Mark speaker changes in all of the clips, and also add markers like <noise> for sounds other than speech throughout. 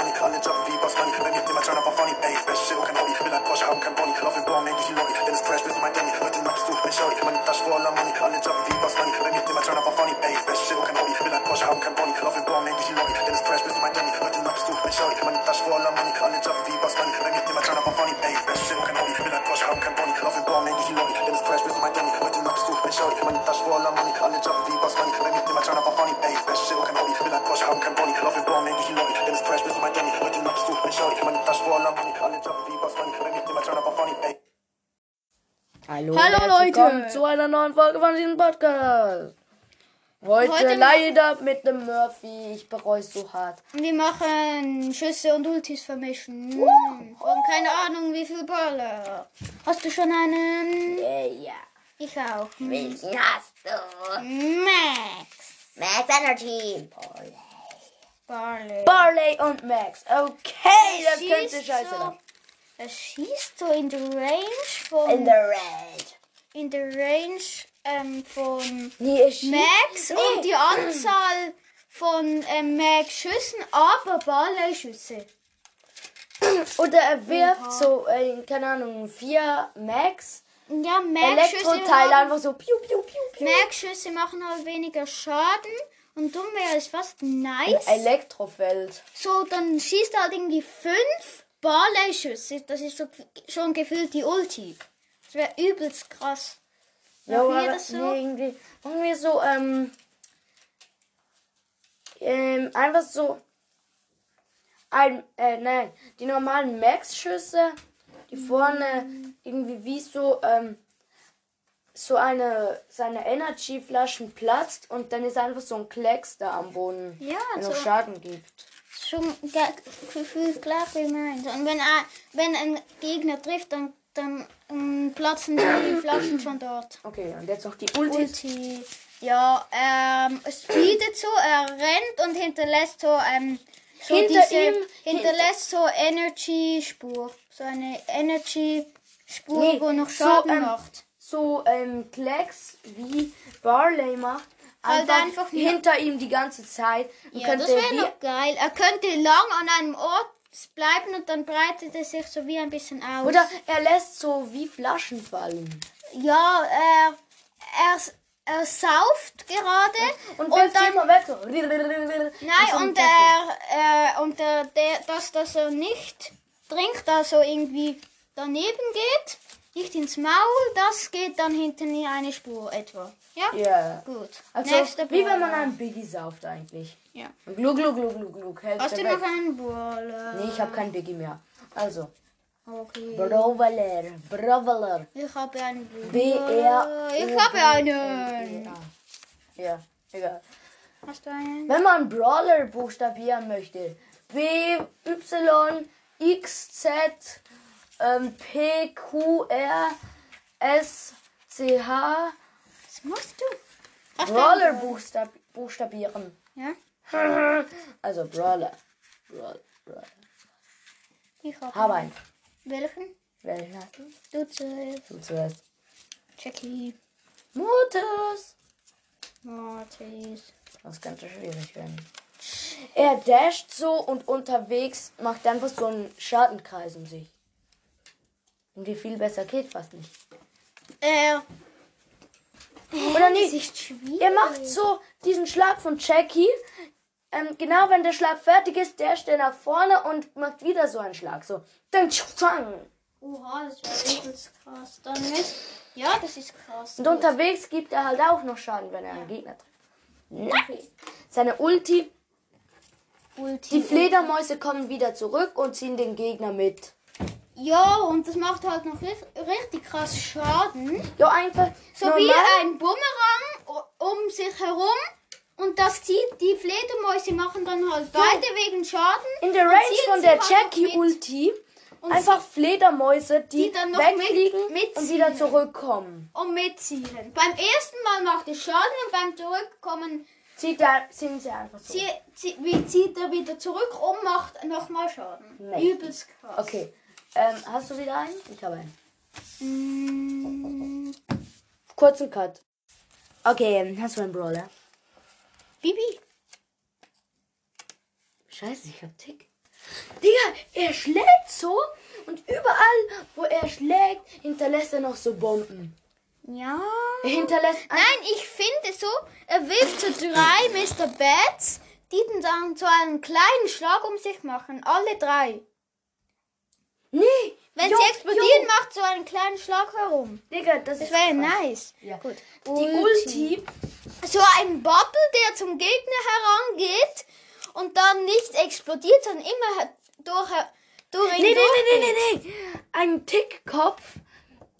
Speaker 1: feet bust money. Let me in my turn up, I'm funny. Ayy, best shit, okay, hobby. Be like Porsche, I'm can Bonnie. Laughing blonde, English, Lori. Then it's fresh, this is my Danny. But the maps too, and shorty. Money touch for all the money. Alle jump, feet bust money. Let me in my turn up, I'm funny. Ayy, best shit, okay, hobby. Be like Porsche, I'm can Bonnie. Laughing blonde, English, Lori. Then it's fresh, this is my Danny. But the maps too, and shorty. Money touch for all the money. Alle jump, feet bust money. Let me in my turn up, I'm funny. Ayy, best shit, okay, hobby. Be like Porsche, I'm can Bonnie. Laughing blonde, English, Lori. Then it's fresh, this is my Danny. But the maps too, and shorty. Money touch for all the money. Alle jump, feet bust money. Let me in my turn up, I'm funny. Ayy, best shit, okay, hobby. Be like Porsche, I'm can Bonnie. Laughing blonde, English, Lori. Then it's fresh, this is my Danny. But the maps too, and shorty. Money touch for all the money. Alle jump, feet bust money. Let me in my turn up, I'm funny. Ayy.
Speaker 2: Hallo, und
Speaker 3: Hallo,
Speaker 2: herzlich
Speaker 3: Leute.
Speaker 2: willkommen zu einer neuen Folge von diesem Podcast. Heute,
Speaker 3: Heute
Speaker 2: leider mit dem Murphy. Ich bereue es so hart.
Speaker 3: Wir machen Schüsse und Ultis vermischen. Und keine Ahnung, wie viel Bälle. Hast du schon einen?
Speaker 4: Ja.
Speaker 3: Ich auch.
Speaker 4: Welchen hast du?
Speaker 3: Max.
Speaker 4: Max Energy. Paul.
Speaker 3: Bälle.
Speaker 2: Barley und Max. Okay, das könnte scheiße
Speaker 3: so,
Speaker 2: sein.
Speaker 3: Er schießt so in der Range von...
Speaker 4: In the red.
Speaker 3: in der Range ähm, von
Speaker 2: Nee, ich schieß-
Speaker 3: Max und die Anzahl von ähm, Max Schüssen, aber Ballerschüsse.
Speaker 2: Oder er wirft so, äh, keine Ahnung, vier Max
Speaker 3: Ja, Max Schüsse,
Speaker 2: Elektroteile
Speaker 3: haben,
Speaker 2: einfach so piu piu piu piu.
Speaker 3: Max Schüsse machen halt weniger Schaden und dumm wäre es fast nice.
Speaker 2: Elektrofeld.
Speaker 3: So, dann schießt er halt irgendwie fünf Ballerschüsse. Das ist so, schon gefühlt die Ulti. Das wäre übelst krass.
Speaker 2: Ja,
Speaker 3: Machen wir
Speaker 2: aber
Speaker 3: das so?
Speaker 2: nee, irgendwie machen wir so, ähm, ähm, einfach so ein, äh, nein, die normalen Max-Schüsse, die
Speaker 3: Mhm.
Speaker 2: vorne irgendwie wie so, ähm, so eine, seine Energy-Flaschen platzt und dann ist einfach so ein Klecks da am Boden,
Speaker 3: Ja,
Speaker 2: der
Speaker 3: so-
Speaker 2: noch Schaden gibt.
Speaker 3: schon ge- gefühlt klar wie meins. Und wenn, ein- wenn ein Gegner trifft, dann, dann ähm, platzen die Flaschen schon dort.
Speaker 2: Okay, und jetzt noch die Ulti.
Speaker 3: Ulti. Ja, ähm, es bietet so, er rennt und hinterlässt so, ähm, so
Speaker 2: Hinter
Speaker 3: diese,
Speaker 2: ihm-
Speaker 3: hinterlässt so Energy-Spur. So eine Energy-Spur,
Speaker 2: Nee,
Speaker 3: wo noch
Speaker 2: so,
Speaker 3: Schaden
Speaker 2: ähm,
Speaker 3: macht.
Speaker 2: so ähm, Klecks wie Barley macht.
Speaker 3: Halt
Speaker 2: Einfach,
Speaker 3: einfach nur-
Speaker 2: hinter ihm die ganze Zeit. Und
Speaker 3: Ja,
Speaker 2: könnte
Speaker 3: das wäre
Speaker 2: wie-
Speaker 3: noch geil. Er könnte lang an einem Ort bleiben und dann breitet er sich so wie ein bisschen aus.
Speaker 2: Oder er lässt so wie Flaschen fallen.
Speaker 3: Ja, er, er, er sauft gerade
Speaker 2: Und,
Speaker 3: und,
Speaker 2: wirft sie
Speaker 3: dann
Speaker 2: immer weg. So.
Speaker 3: nein und er äh, und er, der, dass das er nicht trinkt, also irgendwie daneben geht, nicht ins Maul, das geht dann hinten in eine Spur etwa. Ja.
Speaker 2: Ja.
Speaker 3: Gut.
Speaker 2: Also,
Speaker 3: Nächster
Speaker 2: wie wenn man
Speaker 3: Brawler.
Speaker 2: einen Biggie sauft eigentlich.
Speaker 3: Ja.
Speaker 2: Glu, glu, glu, glu, glu. Hält
Speaker 3: Hast
Speaker 2: er
Speaker 3: du
Speaker 2: weg.
Speaker 3: noch einen Brawler?
Speaker 2: Nee, ich habe keinen Biggie mehr. Also,
Speaker 3: Okay.
Speaker 2: Brawler, Brawler.
Speaker 3: Ich habe einen
Speaker 2: BR.
Speaker 3: Brawler. Ich habe einen.
Speaker 2: Ja, egal.
Speaker 3: Hast du einen?
Speaker 2: Wenn man Brawler buchstabieren möchte, B, Y, X, Z, ähm, P, Q, R, S, C, H,
Speaker 3: Was machst du? Hast du einen
Speaker 2: Brawler buchstab buchstabieren.
Speaker 3: Ja.
Speaker 2: Also Brawler. Brawler. Brawler.
Speaker 3: Ich habe.
Speaker 2: Hab einen.
Speaker 3: Welchen?
Speaker 2: Welchen hast du?
Speaker 3: Du zuerst.
Speaker 2: Du zuerst.
Speaker 3: Jackie.
Speaker 2: Mutus.
Speaker 3: Mortis.
Speaker 2: Das könnte schwierig werden. Er dasht so und unterwegs macht einfach so einen Schadenkreis um sich. Und wie viel besser geht fast nicht.
Speaker 3: Äh,
Speaker 2: Oder
Speaker 3: das
Speaker 2: nicht?
Speaker 3: ist schwierig.
Speaker 2: Er macht so diesen Schlag von Jackie. Ähm, genau wenn der Schlag fertig ist, der steht nach vorne und macht wieder so einen Schlag. So. Dann tschang.
Speaker 3: Oha, das war übelst krass. Dann ist. Ja, das ist krass.
Speaker 2: Und unterwegs gibt er halt auch noch Schaden, wenn er einen Gegner trifft. Nice. Seine Ulti.
Speaker 3: Ulti.
Speaker 2: Die Fledermäuse kommen wieder zurück und ziehen den Gegner mit.
Speaker 3: Ja, und das macht halt noch ri- richtig krass Schaden.
Speaker 2: Ja, einfach.
Speaker 3: So
Speaker 2: normal-
Speaker 3: wie ein Bumerang o- um sich herum. Und das zieht die Fledermäuse, machen dann halt beide wegen Schaden.
Speaker 2: in der
Speaker 3: und
Speaker 2: Range
Speaker 3: ziehen
Speaker 2: von
Speaker 3: sie
Speaker 2: der
Speaker 3: halt noch mit.
Speaker 2: Jackie-Ulti.
Speaker 3: Und
Speaker 2: Einfach Fledermäuse, die,
Speaker 3: Die dann noch
Speaker 2: wegfliegen
Speaker 3: mit- mitziehen.
Speaker 2: und wieder zurückkommen.
Speaker 3: Und mitziehen. um Beim ersten Mal macht es Schaden und beim Zurückkommen
Speaker 2: Zieht er, ziehen sie einfach so.
Speaker 3: Zieh, zieh, wie zieht er wieder zurück um, macht nochmal Schaden.
Speaker 2: Nee.
Speaker 3: Übelst krass.
Speaker 2: Okay. Ähm, hast du wieder einen? Ich habe einen.
Speaker 3: Mm,
Speaker 2: Kurzen Cut. Okay, hast du einen Brawler?
Speaker 3: Bibi.
Speaker 2: Scheiße, ich hab Tick. Digga, er schlägt so und überall, wo er schlägt, hinterlässt er noch so Bomben.
Speaker 3: Ja.
Speaker 2: Er hinterlässt.
Speaker 3: Nein, ich finde so, er wirft so drei Mr. Bats, die dann so einen kleinen Schlag um sich machen. Alle drei.
Speaker 2: Nee!
Speaker 3: Wenn
Speaker 2: Jo,
Speaker 3: sie explodieren,
Speaker 2: jo.
Speaker 3: macht so einen kleinen Schlag herum.
Speaker 2: Digga, das
Speaker 3: Das
Speaker 2: ist.
Speaker 3: wäre nice.
Speaker 2: Ja.
Speaker 3: Gut.
Speaker 2: Die Ulti.
Speaker 3: So ein Bubble, der zum Gegner herangeht und dann nicht explodiert, sondern immer her- durch, her- durch ihn
Speaker 2: Nee, nee, nee,
Speaker 3: durchgeht.
Speaker 2: nee, nee, nee. Ein Tickkopf,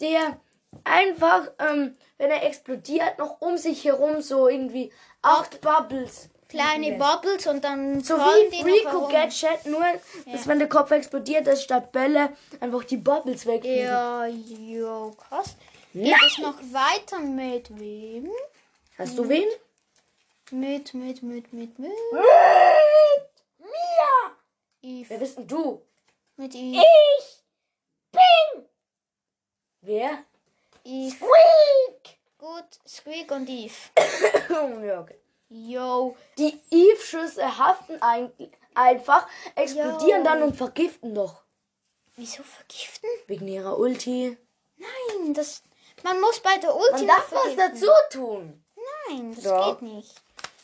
Speaker 2: der einfach, ähm, wenn er explodiert, noch um sich herum so irgendwie acht Bubbles.
Speaker 3: Kleine
Speaker 2: Yes.
Speaker 3: Bubbles und dann
Speaker 2: So
Speaker 3: rollen
Speaker 2: wie
Speaker 3: die
Speaker 2: in
Speaker 3: noch
Speaker 2: Rico
Speaker 3: herum.
Speaker 2: Gadget, nur dass wenn der Kopf explodiert, dass statt Bälle einfach die Bubbles wegfliegen.
Speaker 3: Ja, jo, krass. Geht es noch weiter mit wem?
Speaker 2: Hast du wen?
Speaker 3: Mit, mit, mit, mit, mit. Eve.
Speaker 2: Wer bist denn du?
Speaker 3: Mit Eve.
Speaker 2: Wer?
Speaker 3: Eve. Gut, Squeak und Eve.
Speaker 2: <laughs> ja, okay.
Speaker 3: Yo.
Speaker 2: Die Eve-Schüsse haften ein einfach, explodieren
Speaker 3: Jo.
Speaker 2: dann und vergiften doch.
Speaker 3: Wieso vergiften?
Speaker 2: Wegen ihrer Ulti.
Speaker 3: Nein, das. Man muss bei der
Speaker 2: Man
Speaker 3: Ulti noch
Speaker 2: darf was
Speaker 3: vergiften.
Speaker 2: dazu tun.
Speaker 3: Nein, das
Speaker 2: Ja.
Speaker 3: geht nicht.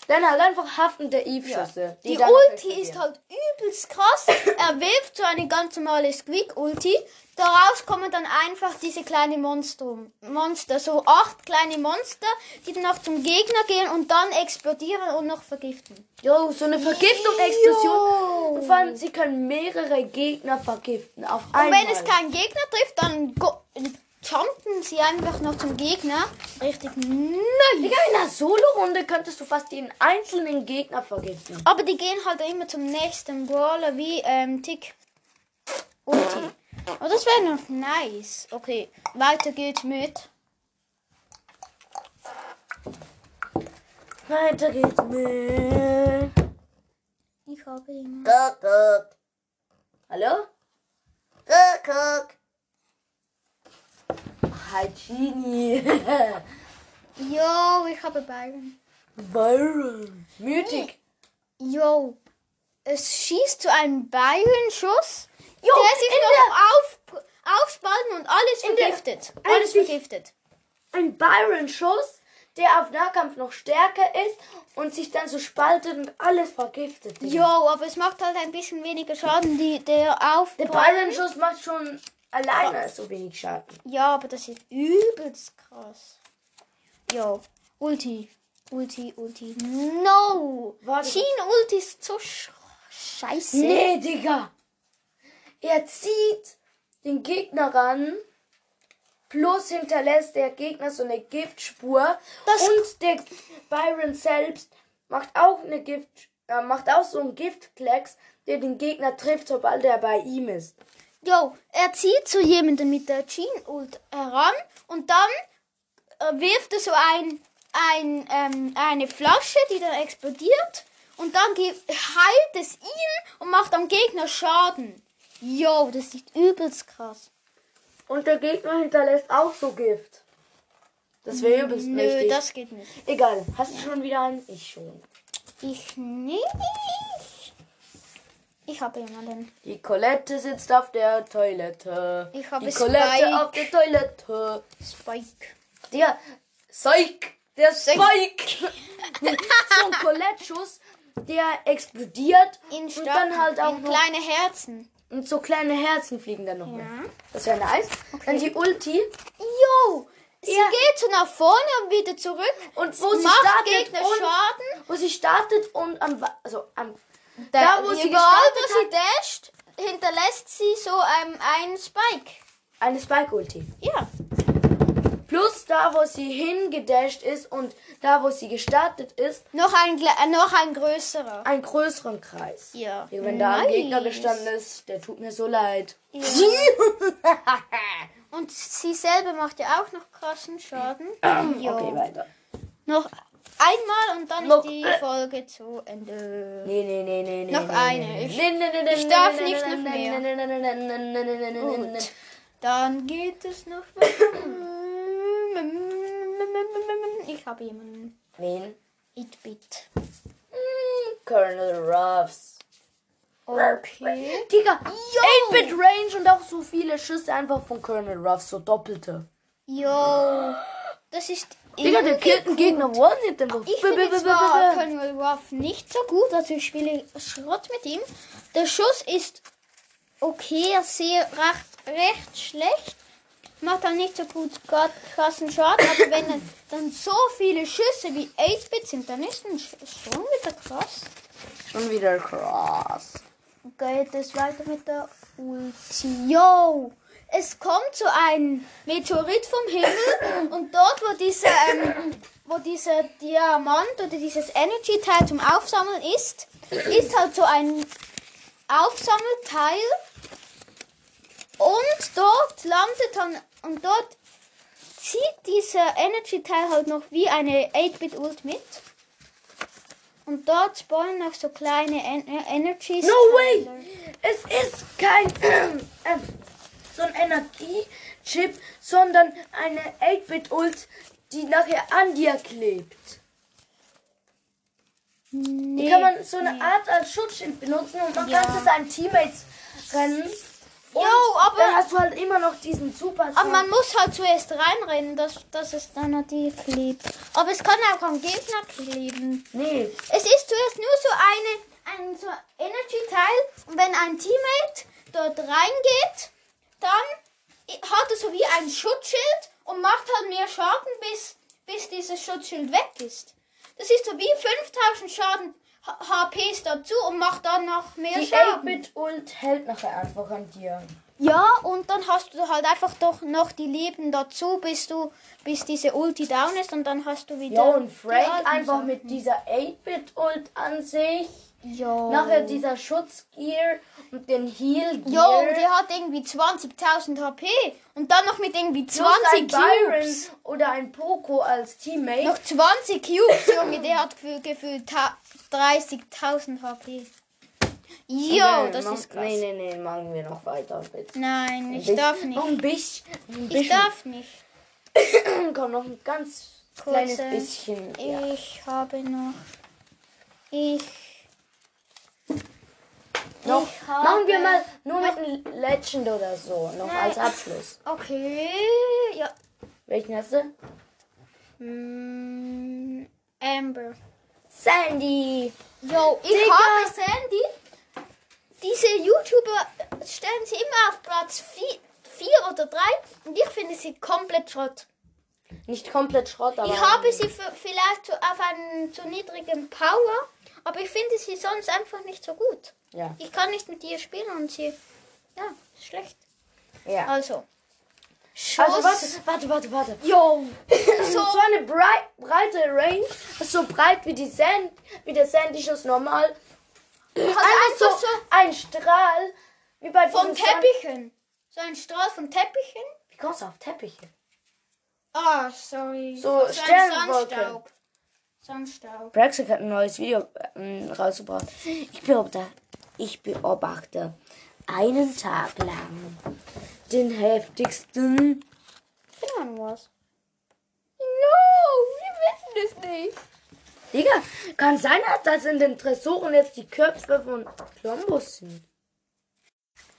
Speaker 2: Dann halt einfach haftende Eve-Schüsse.
Speaker 3: Die,
Speaker 2: dann
Speaker 3: Ulti
Speaker 2: explodieren.
Speaker 3: ist halt übelst krass. er wirft so eine ganz normale Squeak-Ulti. Daraus kommen dann einfach diese kleinen Monster. Monster, so acht kleine Monster, die dann noch zum Gegner gehen und dann explodieren und noch vergiften.
Speaker 2: Jo, so eine Vergiftung-Explosion.
Speaker 3: Jo.
Speaker 2: Und vor allem, sie können mehrere Gegner vergiften. Auf
Speaker 3: Und
Speaker 2: einmal.
Speaker 3: wenn es keinen Gegner trifft, dann go- jumpen sie einfach noch zum Gegner. Richtig nice.
Speaker 2: Digga, in einer Solo-Runde könntest du fast jeden einzelnen Gegner vergiften.
Speaker 3: Aber die gehen halt immer zum nächsten Brawler wie ähm, Tick. Ulti. Oh, das wäre noch nice. Okay, weiter geht's mit.
Speaker 2: Weiter geht's mit.
Speaker 3: Ich habe ihn.
Speaker 4: Guck, guck.
Speaker 2: Hallo?
Speaker 4: Guck, guck.
Speaker 2: Hi, Genie. <laughs>
Speaker 3: Yo, ich habe Byron.
Speaker 2: Byron. Mythik.
Speaker 3: Yo, es schießt so einen Byron-Schuss, der
Speaker 2: Jo,
Speaker 3: sich
Speaker 2: in
Speaker 3: noch auf, aufspalten und alles
Speaker 2: in der-
Speaker 3: vergiftet.
Speaker 2: als
Speaker 3: Alles
Speaker 2: ich-
Speaker 3: vergiftet.
Speaker 2: Ein Byron-Schuss, der auf Nahkampf noch stärker ist und sich dann so spaltet und alles vergiftet. Digga.
Speaker 3: Yo, aber es macht halt ein bisschen weniger Schaden, die, der auf.
Speaker 2: Der Byron-Schuss macht schon alleine so wenig Schaden.
Speaker 3: Ja, aber das ist übelst krass. Yo, Ulti. Ulti, Ulti. No!
Speaker 2: Warte.
Speaker 3: Sheen-Ulti ist so sch scheiße.
Speaker 2: Nee, Digga. Er zieht den Gegner ran. Plus hinterlässt der Gegner so eine Giftspur.
Speaker 3: Das-
Speaker 2: und der Byron selbst macht auch eine Gift, äh, macht auch so einen Giftklecks, der den Gegner trifft, sobald er bei ihm ist.
Speaker 3: Jo, er zieht zu jemandem mit der Jean Ult heran und dann äh, wirft er so ein, ein, ähm, eine Flasche, die dann explodiert und dann ge- heilt es ihn und macht am Gegner Schaden. Jo, das sieht übelst krass.
Speaker 2: Und der Gegner hinterlässt auch so Gift. Das wäre übelst
Speaker 3: Nö,
Speaker 2: mächtig.
Speaker 3: das geht nicht.
Speaker 2: Egal, hast du schon wieder einen? Ich schon.
Speaker 3: Ich nicht. Ich habe jemanden.
Speaker 2: Die Colette sitzt auf der Toilette.
Speaker 3: Ich hab
Speaker 2: Die
Speaker 3: es
Speaker 2: Colette
Speaker 3: Spike.
Speaker 2: auf der Toilette.
Speaker 3: Spike.
Speaker 2: Der Zeig, der
Speaker 3: Zeig. <laughs>
Speaker 2: Spike. so ein Colette-Schuss, der explodiert
Speaker 3: In
Speaker 2: und dann halt auch
Speaker 3: in
Speaker 2: noch
Speaker 3: kleine Herzen.
Speaker 2: und so kleine Herzen fliegen dann noch mit.
Speaker 3: Ja.
Speaker 2: Das wäre nice. Dann die Ulti
Speaker 3: Jo, sie
Speaker 2: Ja.
Speaker 3: geht so nach vorne und wieder zurück.
Speaker 2: und wo sie
Speaker 3: macht
Speaker 2: startet
Speaker 3: Gegner
Speaker 2: und
Speaker 3: Schaden.
Speaker 2: wo sie startet und am Wa- also am
Speaker 3: Da,
Speaker 2: wo
Speaker 3: wo
Speaker 2: sie
Speaker 3: sie überall,
Speaker 2: gestartet
Speaker 3: wo sie dasht, hinterlässt sie so ähm, einen Spike.
Speaker 2: eine Spike-Ulti.
Speaker 3: Ja.
Speaker 2: Plus da, wo sie hingedasht ist und da, wo sie gestartet ist,
Speaker 3: Noch ein, gle- äh, noch ein größerer.
Speaker 2: einen größeren Kreis.
Speaker 3: Ja.
Speaker 2: Wenn da ein
Speaker 3: Nice.
Speaker 2: Gegner gestanden ist, der tut mir so leid. <laughs>
Speaker 3: Und sie selber macht ja auch noch krassen <clears throat> Schaden. Jo.
Speaker 2: Okay, weiter.
Speaker 3: Noch einmal und dann
Speaker 2: Noch-
Speaker 3: ist <clears throat> die Folge zu Ende.
Speaker 2: Nee, nee, nee, nee, nee.
Speaker 3: Noch
Speaker 2: nee,
Speaker 3: eine.
Speaker 2: Nee,
Speaker 3: Ich-
Speaker 2: nee, nee, nee, nee,
Speaker 3: ich
Speaker 2: nee,
Speaker 3: darf
Speaker 2: nee,
Speaker 3: nicht
Speaker 2: nee,
Speaker 3: noch
Speaker 2: nee,
Speaker 3: mehr.
Speaker 2: nee, nee, nee, nee, nee, nee, nee, nee, nee, nee.
Speaker 3: Gut. Dann geht es noch weiter. Ich habe jemanden.
Speaker 2: Wen?
Speaker 3: It bit.
Speaker 2: Hm, Colonel Ruffs.
Speaker 3: Okay.
Speaker 2: Digga, 8-Bit Range und auch so viele Schüsse einfach von Colonel Ruff, so doppelte.
Speaker 3: Yo. Das ist.
Speaker 2: Digga, der
Speaker 3: irgendwie
Speaker 2: killt einen
Speaker 3: gut.
Speaker 2: Gegner One-Hit einfach.
Speaker 3: Ich
Speaker 2: Bäh, bäh,
Speaker 3: finde
Speaker 2: bäh, bäh,
Speaker 3: zwar
Speaker 2: bäh.
Speaker 3: Colonel Ruff nicht so gut, also ich spiele Schrott mit ihm. Der Schuss ist okay, er ist sehr recht, recht schlecht. Macht dann nicht so gut Gott, krassen Schaden, aber wenn dann, dann so viele Schüsse wie 8-Bit sind, dann ist ein Sch- schon wieder krass.
Speaker 2: Schon wieder krass.
Speaker 3: Geht es weiter mit der Ulti. Yo! Es kommt so ein Meteorit vom
Speaker 2: <coughs>
Speaker 3: Himmel und dort, wo dieser, ähm, wo dieser Diamant oder dieses Energy-Teil zum Aufsammeln ist, ist halt so ein Aufsammelteil. Und dort landet dann, und dort zieht dieser Energy-Teil halt noch wie eine 8-Bit-Ult mit. Und dort spawnen noch so kleine en Energies.
Speaker 2: No way! Es ist kein ähm, ähm, so ein Energiechip, sondern eine 8-Bit-Ult, die nachher an dir klebt.
Speaker 3: Nee.
Speaker 2: Die kann man so eine Art als Schutzschild benutzen und man
Speaker 3: Ja.
Speaker 2: kann zu seinen Teammates rennen. Und
Speaker 3: Jo, aber-
Speaker 2: dann hast du halt immer noch diesen super
Speaker 3: Aber man muss halt zuerst reinrennen, dass, dass es dann an dir klebt. Aber es kann auch am Gegner kleben.
Speaker 2: Nee,
Speaker 3: Es ist zuerst nur so eine, ein so Energy-Teil. Und wenn ein Teammate dort reingeht, dann hat er so wie ein Schutzschild und macht halt mehr Schaden, bis, bis dieses Schutzschild weg ist. Das ist so wie 5000 Schaden H- HPs dazu und macht dann noch mehr
Speaker 2: die
Speaker 3: Schaden.
Speaker 2: 8-Bit-Ult hält nachher einfach an dir.
Speaker 3: Ja, und dann hast du halt einfach doch noch die Leben dazu, bis du, bis diese Ulti down ist und dann hast du wieder.
Speaker 2: Ja, und
Speaker 3: die
Speaker 2: Frank
Speaker 3: alten
Speaker 2: einfach
Speaker 3: Sachen.
Speaker 2: mit dieser 8-Bit-Ult an sich.
Speaker 3: Jo.
Speaker 2: Nachher dieser Schutzgear und den Heal-Gear.
Speaker 3: Jo, und der hat irgendwie 20.000 HP und dann noch mit irgendwie
Speaker 2: Plus
Speaker 3: 20
Speaker 2: ein Byron
Speaker 3: Cubes.
Speaker 2: oder ein Poco als Teammate.
Speaker 3: Noch 20 Cubes, Junge, der hat gefühlt gefühlt ta- 30.000 HP. Jo, das ist krass.
Speaker 2: Nee, nee, nee, machen wir noch weiter. Bitte.
Speaker 3: Nein, ich darf
Speaker 2: Noch
Speaker 3: nicht.
Speaker 2: ein bisschen. Ein
Speaker 3: Ich
Speaker 2: bisschen.
Speaker 3: darf nicht.
Speaker 2: Komm, noch ein ganz
Speaker 3: Kurze.
Speaker 2: kleines bisschen. Ja.
Speaker 3: Ich habe noch. Ich.
Speaker 2: Noch,
Speaker 3: ich habe-
Speaker 2: machen wir mal nur mit einem Legend oder so. Noch
Speaker 3: Nein.
Speaker 2: als Abschluss.
Speaker 3: Okay, ja.
Speaker 2: Welchen hast du?
Speaker 3: Mm, Amber.
Speaker 2: Sandy.
Speaker 3: Yo, ich habe Sandy. Diese YouTuber stellen sie immer auf Platz 4 oder 3 und ich finde sie komplett schrott.
Speaker 2: Nicht komplett Schrott, aber.
Speaker 3: Ich habe sie für, vielleicht zu, auf einen zu niedrigen Power, aber ich finde sie sonst einfach nicht so gut.
Speaker 2: Ja.
Speaker 3: Ich kann nicht mit ihr spielen und sie. Ja, ist schlecht.
Speaker 2: ja.
Speaker 3: Also. Schuss.
Speaker 2: Also, warte, warte, warte, warte.
Speaker 3: Yo.
Speaker 2: so, <laughs> so eine brei breite Range, so breit wie die Sand, wie der Sandy-Schuss normal.
Speaker 3: Hat
Speaker 2: Einfach Also so, Also ein Strahl, wie bei
Speaker 3: Von
Speaker 2: diesem Sand-
Speaker 3: Teppichen. So ein Strahl von Teppichen.
Speaker 2: Wie kommst du auf Teppiche?
Speaker 3: Ah, sorry.
Speaker 2: So,
Speaker 3: ein
Speaker 2: Sternenwolke.
Speaker 3: Sandstaub. Sandstaub.
Speaker 2: Brexit hat ein neues Video ähm, rausgebracht. Ich beobachte, ich beobachte einen Tag lang den heftigsten.
Speaker 3: Keine Ahnung was. No, wir wissen es nicht.
Speaker 2: Digga, kann sein, dass in den Tresoren jetzt die Köpfe von Columbus sind.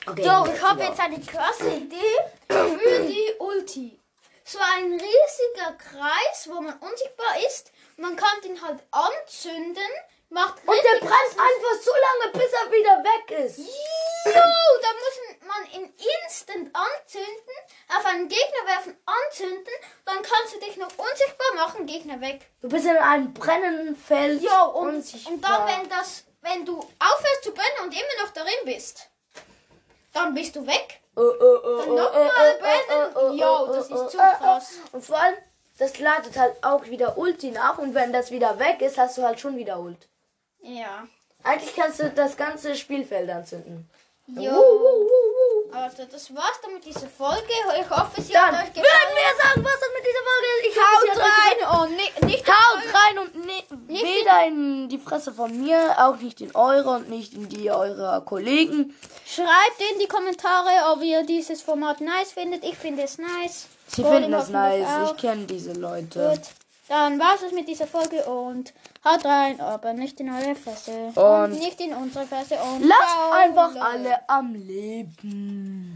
Speaker 2: Okay.
Speaker 3: So, ich habe jetzt eine krasse Idee für die Ulti. So ein riesiger Kreis, wo man unsichtbar ist. Man kann den halt anzünden. Macht
Speaker 2: Und der
Speaker 3: richtig-
Speaker 2: brennt einfach so lange, bis er wieder weg ist.
Speaker 3: Jo, da muss man in Instant anzünden, auf einen Gegner werfen, anzünden, dann kannst du dich noch unsichtbar machen, Gegner weg.
Speaker 2: Du bist in einem brennenden Feld.
Speaker 3: Jo, und,
Speaker 2: unsichtbar.
Speaker 3: und dann, wenn, das, wenn du aufhörst zu brennen und immer noch darin bist, dann bist du weg.
Speaker 2: Oh, oh, oh,
Speaker 3: Dann
Speaker 2: oh,
Speaker 3: nochmal
Speaker 2: oh, oh,
Speaker 3: brennen.
Speaker 2: oh, oh, oh,
Speaker 3: Jo,
Speaker 2: oh,
Speaker 3: das
Speaker 2: oh,
Speaker 3: ist zu
Speaker 2: oh, oh.
Speaker 3: krass.
Speaker 2: Und vor allem, das ladet halt auch wieder Ulti nach und wenn das wieder weg ist, hast du halt schon wieder Ult.
Speaker 3: Ja.
Speaker 2: Eigentlich kannst du das ganze Spielfeld anzünden.
Speaker 3: Jo. Also, das war's dann mit dieser Folge. Ich hoffe, sie
Speaker 2: Dann
Speaker 3: hat euch
Speaker 2: würden
Speaker 3: gefallen.
Speaker 2: wir sagen, was das mit dieser Folge ist. Ich hoffe, sie hat
Speaker 3: Haut
Speaker 2: euch gefallen.
Speaker 3: rein und nicht, nicht
Speaker 2: Haut rein und ne,
Speaker 3: Nicht
Speaker 2: weder in die Fresse von mir, auch nicht in eure und nicht in die eurer Kollegen.
Speaker 3: Schreibt in die Kommentare, ob ihr dieses Format nice findet. Ich finde es nice.
Speaker 2: Sie
Speaker 3: Colin
Speaker 2: finden das
Speaker 3: hoffentlich
Speaker 2: nice.
Speaker 3: auch.
Speaker 2: Ich kenne diese Leute.
Speaker 3: Gut. Dann war's es mit dieser Folge und haut rein, aber nicht in eure Fresse.
Speaker 2: Und-
Speaker 3: nicht in unsere Fresse. Und
Speaker 2: Lasst
Speaker 3: ciao,
Speaker 2: einfach
Speaker 3: Leute.
Speaker 2: alle am Leben.